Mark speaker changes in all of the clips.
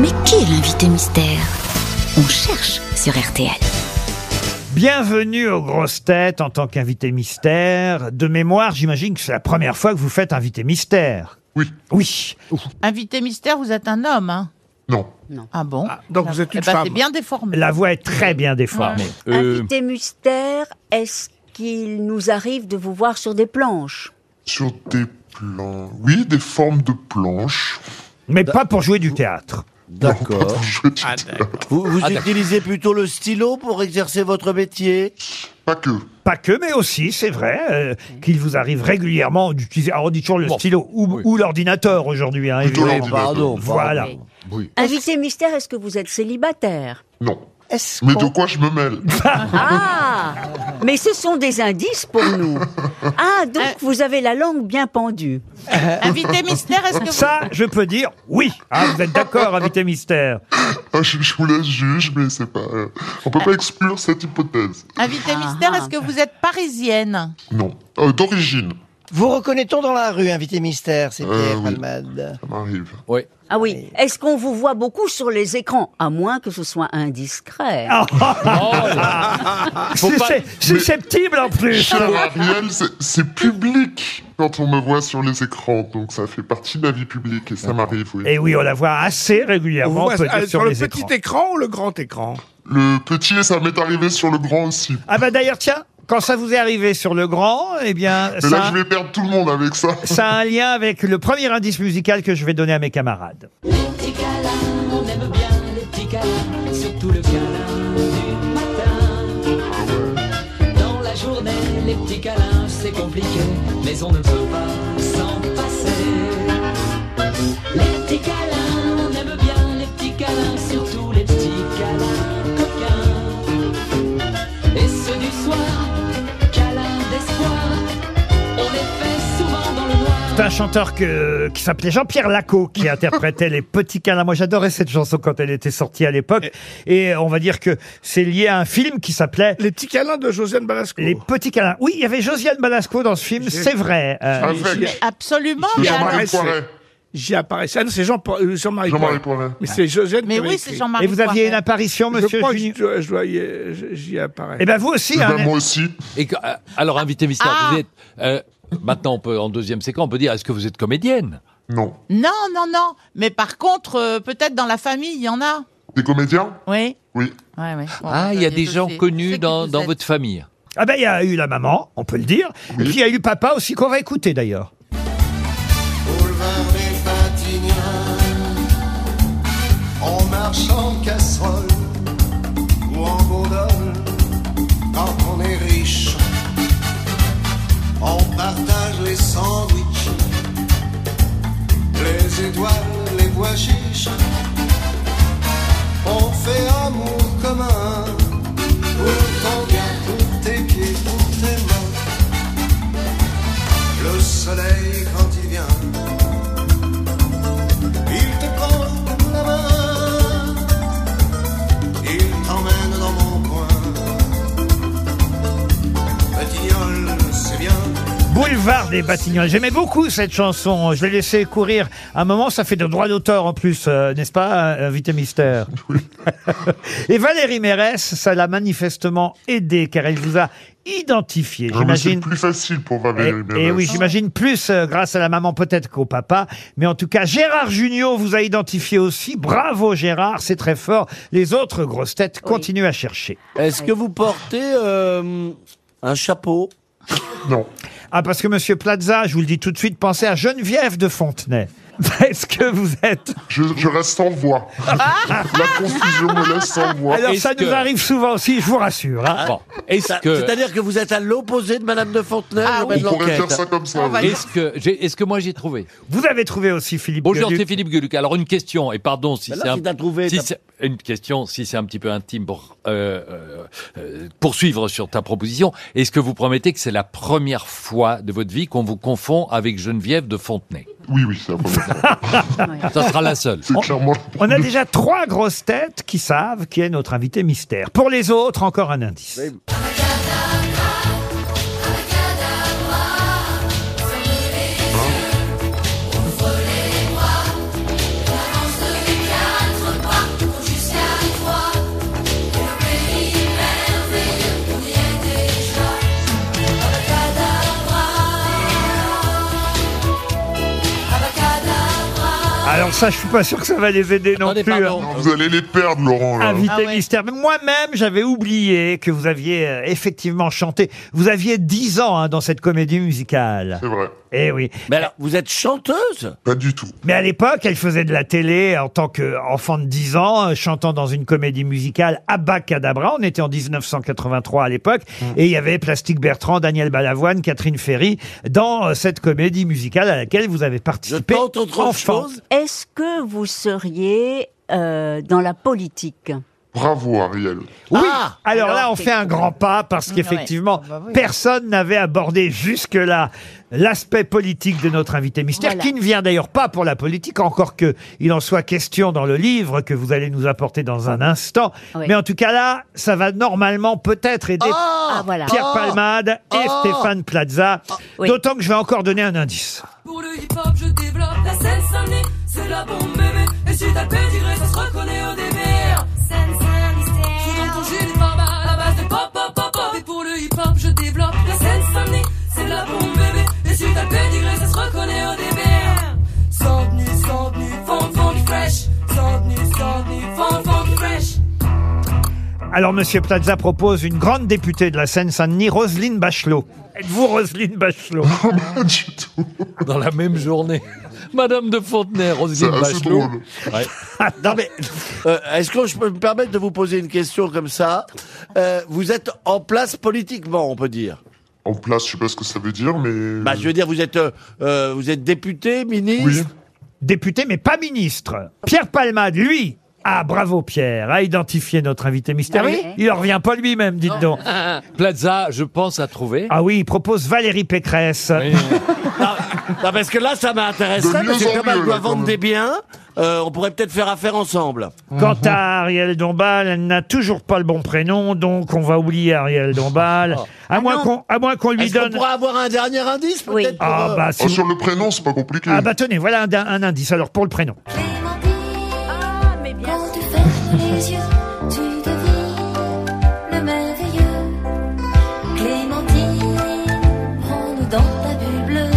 Speaker 1: Mais qui est l'invité mystère On cherche sur RTL.
Speaker 2: Bienvenue aux grosses têtes en tant qu'invité mystère. De mémoire, j'imagine que c'est la première fois que vous faites invité mystère.
Speaker 3: Oui.
Speaker 2: Oui.
Speaker 4: Invité mystère, vous êtes un homme, hein
Speaker 3: Non.
Speaker 4: Ah bon
Speaker 5: donc vous êtes
Speaker 4: Eh
Speaker 5: une
Speaker 4: ben,
Speaker 5: femme.
Speaker 4: c'est bien déformé.
Speaker 2: La voix est très bien déformée.
Speaker 5: Euh,
Speaker 6: Invité mystère, est-ce qu'il nous arrive de vous voir sur des planches
Speaker 3: Sur des plans. Oui, des formes de planches.
Speaker 2: Mais pas pour jouer du théâtre.
Speaker 3: Non, pas
Speaker 7: D'accord. Ah,
Speaker 3: pour jouer
Speaker 4: Ah,
Speaker 3: du théâtre.
Speaker 7: Vous, vous utilisez plutôt le stylo pour exercer votre métier
Speaker 3: Pas que.
Speaker 2: Pas que, mais aussi, c'est vrai, euh, qu'il vous arrive régulièrement d'utiliser. Alors, on dit toujours le stylo ou, ou l'ordinateur aujourd'hui, hein,
Speaker 3: Plutôt
Speaker 2: évidemment.
Speaker 3: l'ordinateur.
Speaker 7: Pardon.
Speaker 2: Voilà.
Speaker 3: Oui.
Speaker 6: Invité mystère, est-ce que vous êtes célibataire
Speaker 3: Non.
Speaker 5: Est-ce
Speaker 3: Mais
Speaker 5: qu'on-
Speaker 3: de quoi je me mêle
Speaker 6: Ah Mais ce sont des indices pour nous. Ah, donc vous avez la langue bien pendue.
Speaker 4: Invité mystère, est-ce que vous...
Speaker 2: Ça, je peux dire oui. Ah, vous êtes d'accord, invité mystère
Speaker 3: Ah, je, je vous laisse juge, mais c'est pas. euh, On peut pas exclure cette hypothèse.
Speaker 4: Invité mystère, est-ce que vous êtes parisienne
Speaker 3: Non. Euh, D'origine,
Speaker 5: Vous reconnaît-on dans la rue, invité mystère C'est
Speaker 3: Euh,
Speaker 5: Pierre
Speaker 3: oui.
Speaker 5: Palmade.
Speaker 3: ça m'arrive.
Speaker 6: Ah oui, est-ce qu'on vous voit beaucoup sur les écrans À moins que ce soit indiscret.
Speaker 2: C'est c'est- susceptible en plus.
Speaker 3: Chez la Marielle, c'est- c'est public quand on me voit sur les écrans, donc ça fait partie de la vie publique et ça m'arrive, oui.
Speaker 2: Et oui, on la voit assez
Speaker 5: On
Speaker 2: régulièrement,
Speaker 5: voit
Speaker 2: on peut
Speaker 5: ça-
Speaker 2: dire,
Speaker 5: sur,
Speaker 2: euh, sur
Speaker 5: le
Speaker 2: les
Speaker 5: petit
Speaker 2: écrans.
Speaker 5: écran ou le grand écran
Speaker 3: Le petit, et ça m'est arrivé sur le grand aussi.
Speaker 2: Ah bah d'ailleurs, tiens, quand ça vous est arrivé sur le grand, eh bien,
Speaker 3: Mais là,
Speaker 2: ça,
Speaker 3: je vais perdre tout le monde avec ça.
Speaker 2: ça a un lien avec le premier indice musical que je vais donner à mes camarades.
Speaker 8: surtout le câlin du matin. Dans la journée, les petits câlins, c'est compliqué, mais on ne peut pas s'en passer. Les petits câlins, on aime bien les petits câlins, surtout les petits câlins coquins. Et ceux du soir, câlins d'espoir, on les fait souvent dans le noir.
Speaker 2: C'est un chanteur que- qui s'appelait Jean-Pierre Lacot qui interprétait les petits câlins. Moi, j'adorais cette chanson quand elle était sortie à l'époque. Et on va dire que c'est lié à un film qui s'appelait
Speaker 5: Les petits câlins de Josiane Balasco.
Speaker 2: Les petits câlins. Oui, il y avait Josiane Balasco dans ce film, c'est vrai. Euh,
Speaker 3: Avec
Speaker 4: Absolument.
Speaker 3: de
Speaker 4: mais alors-
Speaker 3: Jean-Marie
Speaker 5: alors-
Speaker 3: Poiret.
Speaker 5: J'y apparais. Ah non, c'est Jean, euh, Jean-Marie
Speaker 3: Jean-Marie
Speaker 5: Poiret.
Speaker 3: Poiret.
Speaker 5: Mais c'est Josiane
Speaker 4: Mais
Speaker 5: qui avait
Speaker 4: oui, c'est
Speaker 5: écrit.
Speaker 4: Jean-Marie
Speaker 2: et vous aviez une
Speaker 4: Poiret.
Speaker 2: apparition,
Speaker 5: Je
Speaker 2: monsieur
Speaker 5: crois que je
Speaker 2: Junior
Speaker 5: dois- je dois y- euh, j'y apparais.
Speaker 2: Eh ben vous aussi,
Speaker 3: Eh
Speaker 2: hein,
Speaker 3: ben, moi aussi.
Speaker 9: Et que- euh, alors, invité mystère,
Speaker 4: Ah.
Speaker 9: vous êtes. euh,
Speaker 10: ben,
Speaker 9: maintenant, on peut, en deuxième séquence, on peut dire est-ce que vous êtes comédienne
Speaker 3: Non.
Speaker 4: Non, non, non. Mais par contre, euh, peut-être dans la famille, il y en a.
Speaker 3: Des comédiens
Speaker 4: Oui.
Speaker 3: Oui.
Speaker 4: Ouais, ouais. Bon, bah,
Speaker 9: Ah, il y a des
Speaker 4: Euh, je
Speaker 9: gens
Speaker 4: sais. Je
Speaker 9: connus
Speaker 4: sais qui
Speaker 9: dans,
Speaker 4: vous
Speaker 9: dans
Speaker 4: êtes.
Speaker 9: votre famille.
Speaker 2: Ah ben il y a eu la maman, on peut le dire. Et puis il y a eu le papa aussi qu'on va écouter d'ailleurs.
Speaker 11: On marche en casserole ou en gondole quand on est riche. On partage les sandwichs, les étoiles, les bois chiches. On fait amour commun pour ton bien, pour tes pieds, pour tes mains. Le soleil quand il vient. Il te prend la main, il t'emmène dans mon coin. Batignolles, c'est bien.
Speaker 2: Boulevard des Batignolles. J'aimais beaucoup cette chanson. Je l'ai laissée courir. À un moment, ça fait de droit d'auteur en plus, euh, n'est-ce pas, euh, invité mystère Et Valérie Mérès, ça l'a manifestement aidé car elle vous a identifié.
Speaker 3: Ah, mais C'est
Speaker 2: J'imagine.
Speaker 3: plus facile pour
Speaker 2: Et,
Speaker 3: Valérie
Speaker 2: et
Speaker 3: Mérès.
Speaker 2: oui, j'imagine plus euh, grâce à la maman peut-être qu'au papa. Mais en tout cas, Gérard Junior vous a identifié aussi. Bravo Gérard, c'est très fort. Les autres grosses têtes continuent à chercher.
Speaker 7: Est-ce que vous portez euh, un chapeau
Speaker 3: Non.
Speaker 2: Ah, parce que Monsieur Plaza, je vous le dis tout de suite, pensez à Geneviève de Fontenay. Est-ce que vous êtes
Speaker 3: Je, je reste sans voix. La confusion me laisse sans voix.
Speaker 2: Alors
Speaker 9: Est-ce
Speaker 2: ça nous
Speaker 9: que-
Speaker 2: arrive souvent aussi, je vous rassure. hein.
Speaker 9: Bon, est-ce
Speaker 7: Ça-
Speaker 9: que.
Speaker 7: C'est-à-dire que vous êtes à l'opposé de Madame de Fontenay
Speaker 4: Ah
Speaker 7: au
Speaker 4: oui.
Speaker 7: moment de
Speaker 3: On pourrait faire
Speaker 7: l'enquête.
Speaker 3: ça comme ça.
Speaker 4: On va
Speaker 3: oui.
Speaker 4: dire-
Speaker 9: Est-ce que, j'ai- est-ce que moi j'ai trouvé
Speaker 2: Vous avez trouvé aussi Philippe
Speaker 9: Bonjour,
Speaker 2: Gueluc.
Speaker 9: c'est Philippe Gueluc. Alors une question, et pardon si
Speaker 7: Ben
Speaker 9: c'est
Speaker 7: là,
Speaker 9: un,
Speaker 7: si t'as trouvé,
Speaker 9: si
Speaker 7: t'as-
Speaker 9: c'est- une question, si c'est un petit peu intime pour euh, euh, euh, poursuivre sur ta proposition. Est-ce que vous promettez que c'est la première fois de votre vie qu'on vous confond avec Geneviève de Fontenay
Speaker 3: Oui, oui, c'est la première fois.
Speaker 9: Ça sera la seule.
Speaker 3: C'est clairement la
Speaker 2: On a déjà trois grosses têtes qui savent qui est notre invité mystère. Pour les autres, encore un indice.
Speaker 8: Dans
Speaker 2: Alors ça, je suis pas sûr que ça va les aider non plus. hein. Ah,
Speaker 3: Vous allez les perdre, Laurent. Là.
Speaker 2: Invité mystère. Mais moi-même, j'avais oublié que vous aviez euh, effectivement chanté. Vous aviez 10 ans hein, dans cette comédie musicale.
Speaker 3: C'est vrai.
Speaker 2: Eh oui.
Speaker 7: Mais alors, vous êtes chanteuse
Speaker 3: Pas du tout.
Speaker 2: Mais à l'époque, elle faisait de la télé en tant qu'enfant de 10 ans, euh, chantant dans une comédie musicale Abacadabra. On était en 1983 à l'époque. Et il y avait Plastique Bertrand, Daniel Balavoine, Catherine Ferry dans euh, cette comédie musicale à laquelle vous avez participé. enfant.
Speaker 6: Est-ce que vous seriez euh, dans la politique
Speaker 3: Bravo, Ariel.
Speaker 2: Oui.
Speaker 6: Ah,
Speaker 2: alors, là, on fait un grand pas parce qu'effectivement,
Speaker 6: bah
Speaker 2: personne n'avait abordé jusque-là l'aspect politique de notre invité mystère, qui ne vient d'ailleurs pas pour la politique, encore que il en soit question dans le livre que vous allez nous apporter dans un instant.
Speaker 6: Oui.
Speaker 2: Mais en tout cas là, ça va normalement peut-être aider
Speaker 6: Ah, voilà.
Speaker 2: Pierre
Speaker 6: Oh
Speaker 2: Palmade et
Speaker 6: Oh
Speaker 2: Stéphane Plaza.
Speaker 6: oui.
Speaker 2: D'autant que je vais encore donner un indice.
Speaker 12: Pour le hip-hop, je développe la scène Saint-Denis. C'est la bombe bébé. Et si t'as le pédigré, ça se reconnaît au délire. Scène Saint-Mystère. Sous dans ton gilet par balle à base de pop, pop, pop, pop. Et pour le hip-hop, je développe la scène Saint-Denis. C'est la bombe bébé. Et si t'as le pédigré, ça se reconnaît au délire. Saint-Denis, Saint-Denis, fond, fond, fresh. Saint-Denis, Saint-Denis, fond, fond, fresh.
Speaker 2: Alors Monsieur Plaza propose une grande députée de la Seine-Saint-Denis, Roselyne Bachelot. Êtes-vous Roselyne Bachelot
Speaker 9: Dans la même journée. Madame de Fontenay, Roselyne
Speaker 7: C'est assez
Speaker 9: Bachelot.
Speaker 7: drôle.
Speaker 9: Ouais.
Speaker 2: Ah,
Speaker 7: Non mais, euh, est-ce que je peux me permettre de vous poser une question comme ça Euh, Vous êtes en place politiquement, on peut dire.
Speaker 3: En place, je sais pas ce que ça veut dire, mais.
Speaker 7: Bah, je euh, veux dire, vous êtes, euh, euh, vous êtes député, ministre.
Speaker 2: Député, mais pas ministre. Pierre Palmade, lui, ah bravo Pierre, a identifié notre invité mystérieux.
Speaker 9: Ah oui
Speaker 2: il en revient pas lui-même, dites donc.
Speaker 9: Plaza, je pense à trouver.
Speaker 2: Ah oui, il propose Valérie Pécresse.
Speaker 7: Non, parce que là, ça m'intéresse.
Speaker 2: De
Speaker 7: Parce
Speaker 2: mieux en
Speaker 7: que comme elle
Speaker 2: mieux,
Speaker 7: doit
Speaker 2: là, quand
Speaker 7: vendre
Speaker 2: même.
Speaker 7: des biens, euh, on pourrait peut-être faire affaire ensemble.
Speaker 2: Quant à Ariel Dombal, elle n'a toujours pas le bon prénom, donc on va oublier Ariel Dombal. À moins qu'on, à moins qu'on lui
Speaker 7: Est-ce qu'on
Speaker 2: donne.
Speaker 7: pourrait avoir un dernier indice, peut-être pour,
Speaker 2: Ah
Speaker 7: euh,
Speaker 2: bah si
Speaker 3: Oh,
Speaker 2: vous-
Speaker 3: sur le prénom, c'est pas compliqué.
Speaker 2: Ah bah tenez, voilà un, un indice. Alors pour le prénom.
Speaker 12: Ah, mais bien. Quand tu fermes les yeux, tu devines le merveilleux. Clémentine, prends-nous dans ta bulle bleue.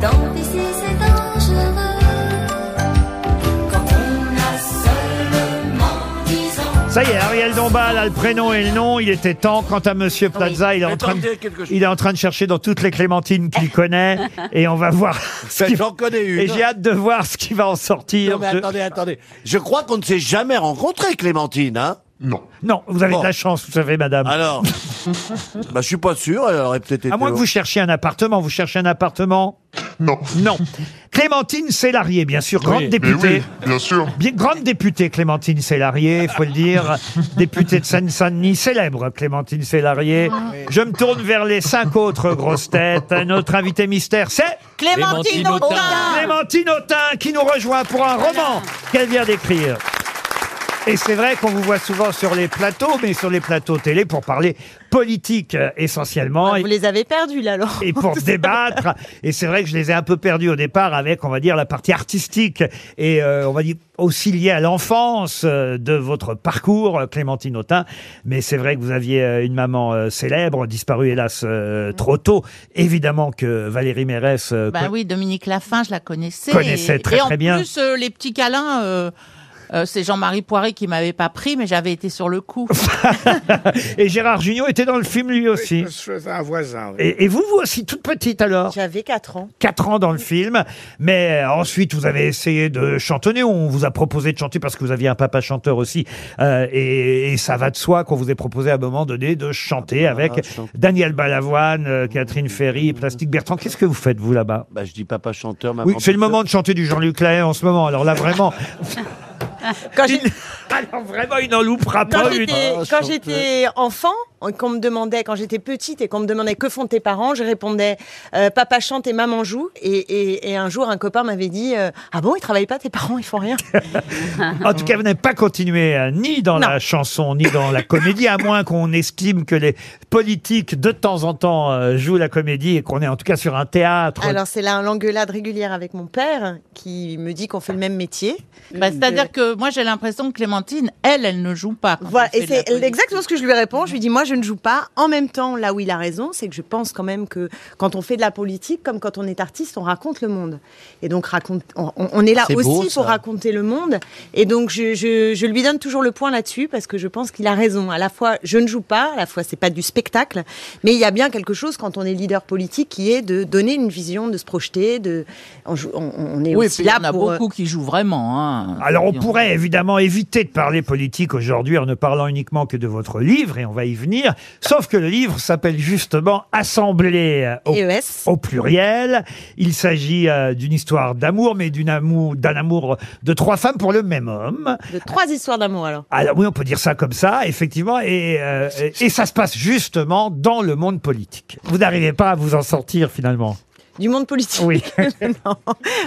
Speaker 12: D'embêter, c'est dangereux. Quand on a seulement 10 ans.
Speaker 2: Ça y est, Ariel Dombal a le prénom et le nom. Il était temps. Quant à Monsieur Plaza, il est en
Speaker 7: Mais
Speaker 2: train de,
Speaker 7: tentez quelque chose.
Speaker 2: il est en train de chercher dans toutes les clémentines qu'il connaît, et on va voir. ce qui-
Speaker 7: J'en connais une.
Speaker 2: Et j'ai hâte de voir ce qui va en sortir.
Speaker 7: Non, mais
Speaker 2: Je-
Speaker 7: attendez, attendez. Je crois qu'on ne s'est jamais rencontré, Clémentine, hein
Speaker 3: Non.
Speaker 2: Non, vous avez
Speaker 7: Bon. Ah,
Speaker 2: de la chance, vous savez, madame.
Speaker 7: Alors, bah, je suis pas sûr. Elle aurait peut-être été.
Speaker 2: À moins que vous cherchiez un appartement, vous cherchez un appartement
Speaker 3: Non.
Speaker 2: Non. Clémentine Sélarié, bien sûr, grande
Speaker 3: Oui. Mais
Speaker 2: députée.
Speaker 3: oui, bien sûr.
Speaker 2: Bien, grande députée Clémentine Sélarié, il faut le dire. députée de Seine-Saint-Denis, célèbre Clémentine Sélarié.
Speaker 7: Ah,
Speaker 2: Je me tourne vers les cinq autres grosses têtes. Notre invité mystère, c'est
Speaker 4: Clémentine Clémentine Autain. Autain.
Speaker 2: Clémentine Autain qui nous rejoint pour un roman qu'elle vient d'écrire. Et c'est vrai qu'on vous voit souvent sur les plateaux, mais sur les plateaux télé pour parler politique euh, essentiellement.
Speaker 4: Ah, Vous les avez perdus, là, alors.
Speaker 2: et pour débattre. Et c'est vrai que je les ai un peu perdus au départ avec, on va dire, la partie artistique et euh, on va dire aussi liée à l'enfance euh, de votre parcours, euh, Clémentine Autain. Mais c'est vrai que vous aviez euh, une maman euh, célèbre, disparue hélas euh, trop tôt. Évidemment que Valérie Mérès. euh,
Speaker 4: Ben
Speaker 2: co-
Speaker 4: oui, Dominique Laffin, je la connaissais.
Speaker 2: Connaissait très,
Speaker 4: et en
Speaker 2: très bien.
Speaker 4: plus, euh, les petits câlins, euh, euh, c'est Jean-Marie Poiré qui m'avait pas pris, mais j'avais été sur le coup.
Speaker 2: Et Gérard Junior était dans le film lui aussi.
Speaker 5: C'est un voisin. oui.
Speaker 2: Et, et vous, vous aussi, toute petite alors
Speaker 10: J'avais 4 ans.
Speaker 2: 4 ans dans le film, mais euh, ensuite vous avez essayé de chantonner, on vous a proposé de chanter parce que vous aviez un papa chanteur aussi, euh, et, et ça va de soi qu'on vous ait proposé à un moment donné de chanter avec Daniel Balavoine, euh, Catherine Ferry, Plastique Bertrand. Qu'est-ce que vous faites vous là-bas
Speaker 7: Bah, je dis papa chanteur, maman.
Speaker 2: Oui, c'est le moment de chanter du Jean-Luc Lahaye en ce moment, alors là vraiment... Une- Alors vraiment, il n'en loupera
Speaker 10: Quand
Speaker 2: pas une.
Speaker 10: j'étais- quand j'étais enfant, qu'on me demandait, quand j'étais petite et qu'on me demandait que font tes parents, je répondais euh, papa chante et maman joue. Et, et- et un jour, un copain m'avait dit euh, ah bon, ils travaillent pas, tes parents, ils font rien.
Speaker 2: En tout cas, vous n'avez pas continué euh, ni dans la chanson, ni dans la comédie, à moins qu'on estime que les politiques, de temps en temps, euh, jouent la comédie et qu'on est en tout cas sur un théâtre.
Speaker 10: Alors c'est là l'engueulade régulière avec mon père qui me dit qu'on fait le même métier.
Speaker 4: Bah, C'est-à-dire que moi, j'ai l'impression que Clémentine Clémentine, elle, elle ne joue pas. quand
Speaker 10: Voilà,
Speaker 4: elle
Speaker 10: et
Speaker 4: fait de la Mhm.
Speaker 10: c'est exactement ce que je lui réponds. Je lui dis, moi, je ne joue pas. En même temps, là où il a raison, c'est que je pense quand même que quand on fait de la politique, comme quand on est artiste, on raconte le monde. Et donc, raconte, on, on- on est là
Speaker 13: C'est
Speaker 10: aussi
Speaker 13: beau,
Speaker 10: pour
Speaker 13: ça.
Speaker 10: raconter le monde. Et donc, je, je- je lui donne toujours le point là-dessus parce que je pense qu'il a raison. À la fois, je ne joue pas, à la fois, c'est pas du spectacle, mais il y a bien quelque chose quand on est leader politique qui est de donner une vision, de se projeter, de, on, joue- on- on est
Speaker 4: Oui,
Speaker 10: aussi
Speaker 4: puis il y
Speaker 10: là
Speaker 4: en a
Speaker 10: pour, euh,
Speaker 4: beaucoup qui jouent vraiment.
Speaker 2: Alors, on pourrait évidemment éviter de parler politique aujourd'hui en ne parlant uniquement que de votre livre, et on va y venir. Sauf que le livre s'appelle justement Assemblée euh, au, au pluriel. Il s'agit euh, d'une histoire d'amour, mais d'une amour, d'un amour de trois femmes pour le même homme.
Speaker 10: de trois histoires d'amour alors.
Speaker 2: Alors oui, on peut dire ça comme ça, effectivement, et, euh, et et ça se passe justement dans le monde politique. Vous n'arrivez pas à vous en sortir finalement.
Speaker 10: Du monde politique.
Speaker 2: Oui.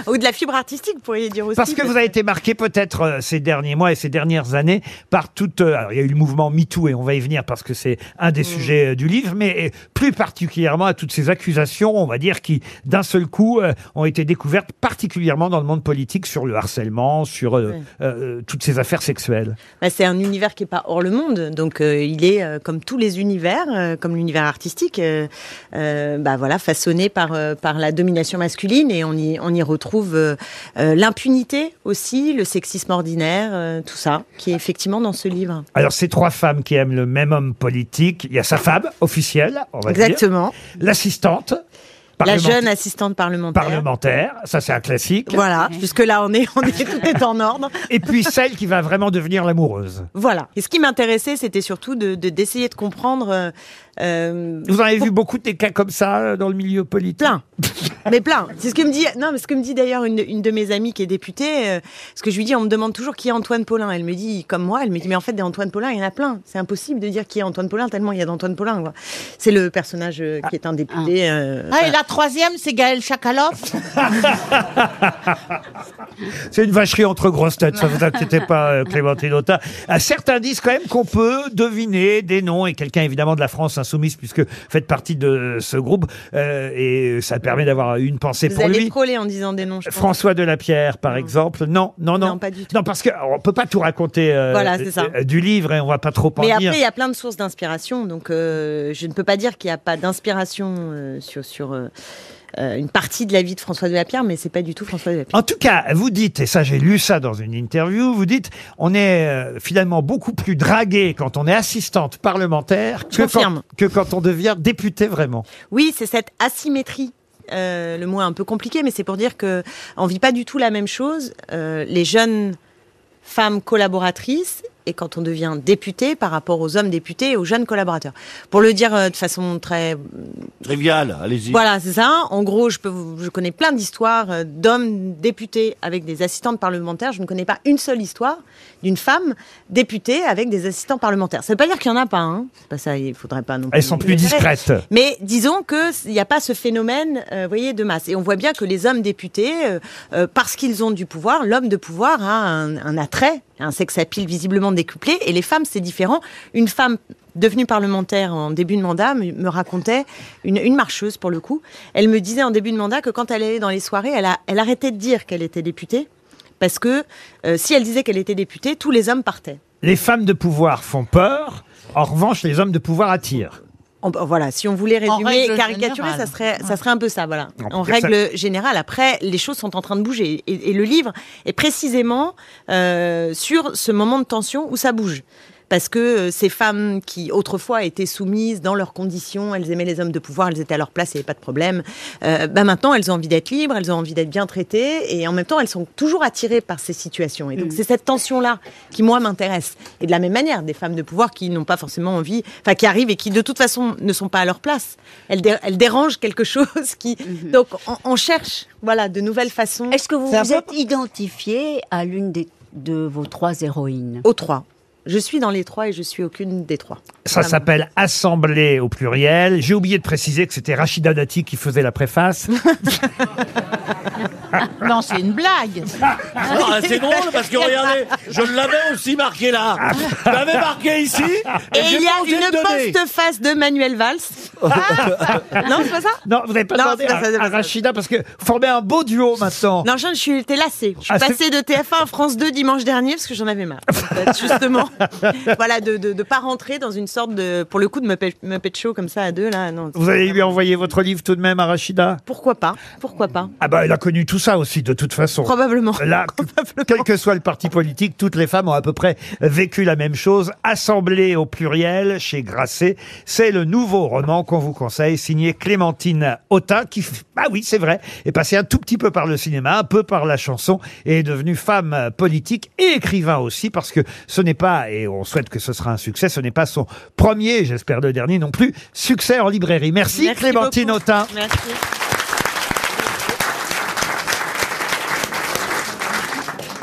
Speaker 10: Ou de la fibre artistique, vous pourriez dire aussi.
Speaker 2: Parce que vous avez été marqué peut-être euh, ces derniers mois et ces dernières années par toute... euh, alors il y a eu le mouvement MeToo et on va y venir parce que c'est un
Speaker 10: Mm.
Speaker 2: des sujets euh, du livre, mais euh, plus particulièrement à toutes ces accusations, on va dire, qui d'un seul coup euh, ont été découvertes particulièrement dans le monde politique sur le harcèlement, sur euh,
Speaker 10: Ouais.
Speaker 2: euh, toutes ces affaires sexuelles.
Speaker 10: Bah, c'est un univers qui est pas hors le monde, donc euh, il est euh, comme tous les univers, euh, comme l'univers artistique, euh, euh, bah voilà, façonné par euh, par la domination masculine et on y on y retrouve euh, euh, l'impunité aussi, le sexisme ordinaire, euh, tout ça, qui est effectivement dans ce livre.
Speaker 2: Alors, ces trois femmes qui aiment le même homme politique, il y a sa femme officielle, on va dire.
Speaker 10: Exactement.
Speaker 2: L'assistante.
Speaker 10: La
Speaker 2: parlementaire-
Speaker 10: jeune assistante parlementaire.
Speaker 2: Parlementaire, ça c'est un classique.
Speaker 10: Voilà, jusque là on est on est tout est en ordre.
Speaker 2: Et puis celle qui va vraiment devenir l'amoureuse.
Speaker 10: Voilà. Et ce qui m'intéressait, c'était surtout de de- d'essayer de, comprendre. euh, euh,
Speaker 2: Vous en avez vu beaucoup des cas comme ça euh, dans le milieu politique Plein.
Speaker 10: mais plein. C'est ce que me dit. Non, mais ce que me dit d'ailleurs une, une de mes amies qui est députée. euh, ce que je lui dis, on me demande toujours qui est Antoine Paulin. Elle me dit, comme moi, elle me dit, mais en fait, des Antoine Paulin, il y en a plein. C'est impossible de dire qui est Antoine Paulin tellement il y a d'Antoine Paulin. quoi. C'est le personnage euh, qui est un député. euh,
Speaker 4: Ah, et la troisième, c'est Gaël Chakalov.
Speaker 2: C'est une vacherie entre grosses têtes, ça vous inquiétez pas, euh, Clémentine Autain. À certains disent quand même qu'on peut deviner des noms, et quelqu'un évidemment de la France insoumise, puisque vous faites partie de ce groupe, euh, et ça permet d'avoir une pensée
Speaker 10: vous
Speaker 2: pour
Speaker 10: allez
Speaker 2: lui.
Speaker 10: troller en disant des noms. Je pense.
Speaker 2: François Delapierre, par exemple. Non, non, non. Non,
Speaker 10: pas du
Speaker 2: tout. Non, parce qu'on peut pas tout raconter euh,
Speaker 10: Voilà, c'est ça.
Speaker 2: euh, du livre et on va pas trop en
Speaker 10: Mais
Speaker 2: dire.
Speaker 10: après, il y a plein de sources d'inspiration. Donc, euh, je ne peux pas dire qu'il n'y a pas d'inspiration euh, sur, sur euh, euh, une partie de la vie de François de la Pierre, mais c'est pas du tout François de la
Speaker 2: En tout cas, vous dites, et ça j'ai lu ça dans une interview, vous dites, on est euh, finalement beaucoup plus dragué quand on est assistante parlementaire que quand,
Speaker 10: confirme.
Speaker 2: que quand on devient député vraiment.
Speaker 10: Oui, c'est cette asymétrie. Euh, le mot est un peu compliqué, mais c'est pour dire que on vit pas du tout la même chose. Euh, les jeunes femmes collaboratrices et quand on devient député par rapport aux hommes députés et aux jeunes collaborateurs. Pour le dire euh, de façon très
Speaker 7: Trivial, allez-y.
Speaker 10: voilà, c'est ça. En gros, je, peux, vous- je connais plein d'histoires euh, d'hommes députés avec des assistantes parlementaires. Je ne connais pas une seule histoire d'une femme députée avec des assistants parlementaires. Ça ne veut pas dire qu'il n'y en a pas. Hein. C'est pas ça. Il faudrait pas non plus.
Speaker 2: Elles sont plus discrètes.
Speaker 10: Mais disons que s- il n'y a pas ce phénomène, euh, vous voyez, de masse. Et on voit bien que les hommes députés, euh, euh, parce qu'ils ont du pouvoir, l'homme de pouvoir a un, un attrait, un sex appeal visiblement décuplé. Et les femmes, c'est différent. Une femme devenue parlementaire en début de mandat me, me racontait une, une marcheuse pour le coup. Elle me disait en début de mandat que quand elle allait dans les soirées, elle, a- elle arrêtait de dire qu'elle était députée parce que euh, si elle disait qu'elle était députée, tous les hommes partaient.
Speaker 2: Les femmes de pouvoir font peur, en revanche les hommes de pouvoir attirent.
Speaker 10: En- voilà, si on voulait résumer
Speaker 4: règle
Speaker 10: et caricaturer,
Speaker 4: générale.
Speaker 10: ça serait, ça serait un peu ça, voilà.
Speaker 2: Non,
Speaker 10: En
Speaker 2: peut-être ça-
Speaker 10: règle générale, après, les choses sont en train de bouger. Et, et le livre est précisément euh, sur ce moment de tension où ça bouge. Parce que euh, ces femmes qui autrefois étaient soumises dans leurs conditions, elles aimaient les hommes de pouvoir, elles étaient à leur place, il n'y avait pas de problème. euh, bah maintenant, elles ont envie d'être libres, elles ont envie d'être bien traitées, et en même temps, elles sont toujours attirées par ces situations. Et donc, c'est cette tension-là qui moi m'intéresse. Et de la même manière, des femmes de pouvoir qui n'ont pas forcément envie, enfin qui arrivent et qui de toute façon ne sont pas à leur place. Elles, dé- elles dérangent quelque chose qui. Donc on, on cherche, voilà, de nouvelles façons.
Speaker 13: Est-ce que vous vous êtes identifié à l'une des- de vos trois héroïnes
Speaker 10: Aux trois. Je suis dans les trois et je suis aucune des trois.
Speaker 2: Ça
Speaker 10: Vraiment.
Speaker 2: s'appelle Assemblée au pluriel. J'ai oublié de préciser que c'était Rachida Dati qui faisait la préface.
Speaker 4: Non, c'est une blague.
Speaker 7: Ah, c'est drôle parce que regardez, je l'avais aussi marqué là. Je l'avais marqué ici.
Speaker 10: Et,
Speaker 7: j'ai
Speaker 10: il y
Speaker 7: pas osé le
Speaker 10: a
Speaker 7: donner.
Speaker 10: une post-face de Manuel Valls. Ah non, c'est pas ça
Speaker 2: Non, vous n'avez pas
Speaker 10: Non,
Speaker 2: demandé
Speaker 10: c'est pas
Speaker 2: à-
Speaker 10: ça, c'est
Speaker 2: à,
Speaker 10: pas ça.
Speaker 2: Rachida parce que vous formez un beau duo maintenant.
Speaker 10: Non, je suis j'étais lassée. Je suis
Speaker 2: Ah, c'est-
Speaker 10: passée de TF1 à France 2 dimanche dernier parce que j'en avais marre. Bah, Justement, voilà, de ne pas rentrer dans une sorte de, pour le coup, de Muppet, Muppet Show comme ça à deux là. Non.
Speaker 2: Vous allez lui envoyer votre livre tout de même à Rachida
Speaker 10: Pourquoi pas Pourquoi pas
Speaker 2: Ah bah, elle a connu tout ça aussi, de toute façon.
Speaker 10: Probablement.
Speaker 2: Là, quel que soit le parti politique, toutes les femmes ont à peu près vécu la même chose. Assemblée au pluriel, chez Grasset, c'est le nouveau roman qu'on vous conseille, signé Clémentine Autain, qui, f- ah oui, c'est vrai, est passée un tout petit peu par le cinéma, un peu par la chanson, et est devenue femme politique et écrivain aussi, parce que ce n'est pas, et on souhaite que ce sera un succès, ce n'est pas son premier, j'espère le dernier non plus, succès en librairie. Merci,
Speaker 10: Merci
Speaker 2: Clémentine
Speaker 10: beaucoup.
Speaker 2: Autain.
Speaker 10: Merci.